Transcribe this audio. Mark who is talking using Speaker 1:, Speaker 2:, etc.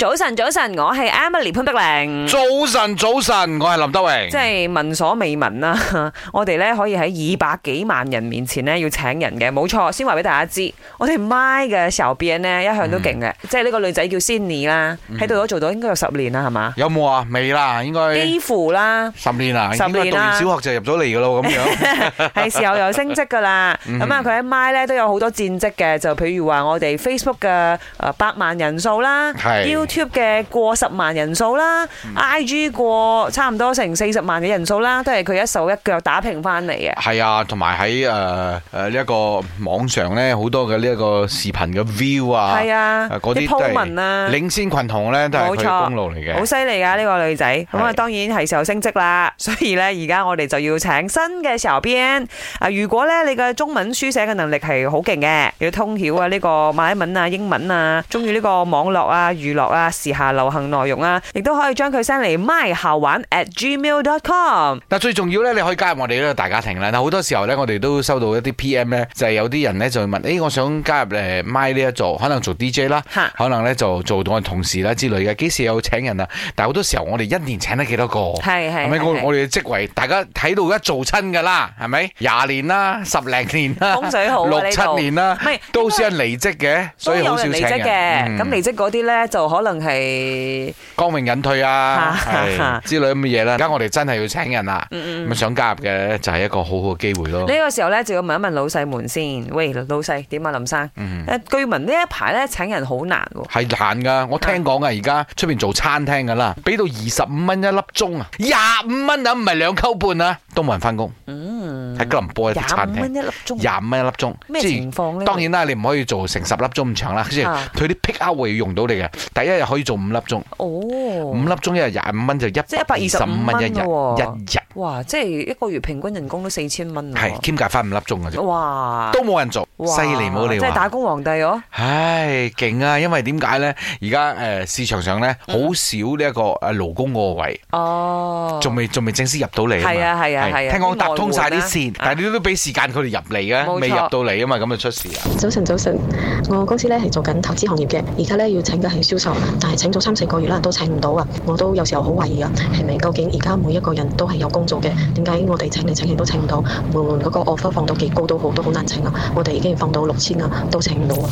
Speaker 1: 早晨，早晨，我係 Emily 潘碧玲，
Speaker 2: 早晨，早晨，我係林德榮。
Speaker 1: 嗯即係聞所未聞啦。 我哋咧可以喺二百幾萬人面前咧要請人嘅，冇錯。先話俾大家知，我哋 My 嘅小編咧一向都勁嘅，即係呢個女仔叫 Cindy 啦，喺度都做到應該有十年啦，係嘛？
Speaker 2: 有冇啊？未啦，應該
Speaker 1: 幾乎啦，
Speaker 2: 十年啦，
Speaker 1: 十
Speaker 2: 應該
Speaker 1: 年
Speaker 2: 讀
Speaker 1: 啦
Speaker 2: 完小學就入咗嚟噶咯，咁樣。
Speaker 1: 係時候有升職噶啦。
Speaker 2: 嗯
Speaker 1: 咁啊，佢喺 My 咧都有好多戰績嘅，就譬如話我哋 Facebook 嘅誒百萬人數啦
Speaker 2: 係嗯
Speaker 1: ，YouTube 嘅過十萬人數啦，IG 過差唔多成四十萬嘅人數啦，都係佢一手一腳打拼翻嚟嘅。
Speaker 2: 係啊，同埋喺誒誒呢一個網上咧，好多嘅呢一個視頻嘅 view 啊，
Speaker 1: 係啊，
Speaker 2: 誒嗰
Speaker 1: 啲
Speaker 2: 啲都
Speaker 1: 鋪
Speaker 2: 係
Speaker 1: 文啊。
Speaker 2: 領先群雄咧，都係
Speaker 1: 冇
Speaker 2: 佢
Speaker 1: 錯
Speaker 2: 嘅功勞嚟
Speaker 1: 好
Speaker 2: 嘅。
Speaker 1: 犀利噶呢個女仔，咁啊
Speaker 2: 係
Speaker 1: 當然係時候升職啦， 所以呢，而家我哋就要請新嘅小編啊！如果呢，你嘅中文書寫嘅能力係好勁嘅，要通曉啊呢個馬來文啊、英文啊，中意呢個網絡啊、娛樂啊、時下流行內容啊，亦都可以將佢 send 嚟 my 校玩 at gmail dot com。
Speaker 2: 但最重要咧，你可以加入我哋呢個大家庭啦。但好多時候咧，我哋都收到一啲 P.M. 咧，就係有啲人咧就會問：，誒、我想加入誒 My 呢一組，可能做 DJ 啦
Speaker 1: 嚇，
Speaker 2: 可能咧就做我同事啦之類嘅。幾時有請人啊？但好多時候我哋一年請得幾多個？
Speaker 1: 係係
Speaker 2: 係咪我
Speaker 1: 係
Speaker 2: 我哋嘅職位，大家睇到一做親㗎啦，係咪廿年啦、十零年啦、
Speaker 1: 風水好啊
Speaker 2: 六七
Speaker 1: 呢度
Speaker 2: 年啦
Speaker 1: 唔係，
Speaker 2: 都少人離職嘅，
Speaker 1: 都
Speaker 2: 所以
Speaker 1: 有
Speaker 2: 好少
Speaker 1: 人
Speaker 2: 請
Speaker 1: 離職嘅，
Speaker 2: 人。嗯
Speaker 1: 咁離職嗰啲呢，就可能係
Speaker 2: 光榮引退啊，
Speaker 1: 嚇嚇
Speaker 2: 係之類咁嘅嘢啦。而家我哋真係要請人啦，
Speaker 1: 嗯
Speaker 2: 咁啊想加入嘅就係一個好好嘅機會咯
Speaker 1: 呢。個時候咧，就要問一問老細們先。喂，老細點啊，林生？誒，據聞呢一排咧請人好難喎。
Speaker 2: 係難噶，我聽講啊，而家出面做餐廳噶啦，俾到二十五蚊一粒鐘啊，廿五蚊啊，唔係兩溝半啊，都冇人翻工。喺吉隆坡一啲餐
Speaker 1: 嗯廿五
Speaker 2: 廳
Speaker 1: 蚊，一粒鐘，
Speaker 2: 廿五蚊一粒鐘，
Speaker 1: 咩
Speaker 2: 即係
Speaker 1: 情況咧？
Speaker 2: 當然啦，你唔可以做成十粒鐘咁長啦，即係
Speaker 1: 啊
Speaker 2: 佢啲 pick out 會用到你嘅。第一日可以做五粒鐘，
Speaker 1: 哦
Speaker 2: 五，粒鐘一日廿五蚊就一
Speaker 1: 係
Speaker 2: 百二十五蚊一日，
Speaker 1: 蚊喎
Speaker 2: 一日
Speaker 1: 哇！即係一個月平均人工都四千蚊
Speaker 2: 係
Speaker 1: 喎。
Speaker 2: 兼夾翻五粒鐘嘅啫，
Speaker 1: 哇！
Speaker 2: 都冇人做，
Speaker 1: 哇
Speaker 2: 犀利冇你
Speaker 1: 即係打
Speaker 2: 話。
Speaker 1: 工皇帝哦。
Speaker 2: 唉，勁啊！因為點解咧？而家誒市場上咧好少呢一個誒勞工嗰個位。
Speaker 1: 嗯哦，
Speaker 2: 仲未仲未正式入到嚟嘛
Speaker 1: 係啊係啊係啊
Speaker 2: 聽講搭通晒
Speaker 1: 啲外援
Speaker 2: 啲
Speaker 1: 啊
Speaker 2: 線，但係你都俾時間佢哋入嚟嘅，
Speaker 1: 冇錯
Speaker 2: 未入到嚟啊嘛，咁就出事啊！
Speaker 3: 早晨，早晨，我公司咧係做緊投資行業嘅，而家咧要請嘅係銷售，但係請咗三四個月啦，都請唔到啊！我都有時候好懷疑啊，係咪究竟而家每一個人都係有工做嘅？點解我哋請嚟請去都請唔到？無論嗰個 offer 放到幾高都好，都好難請啊！我哋已經放到六千啊，都請唔到啊！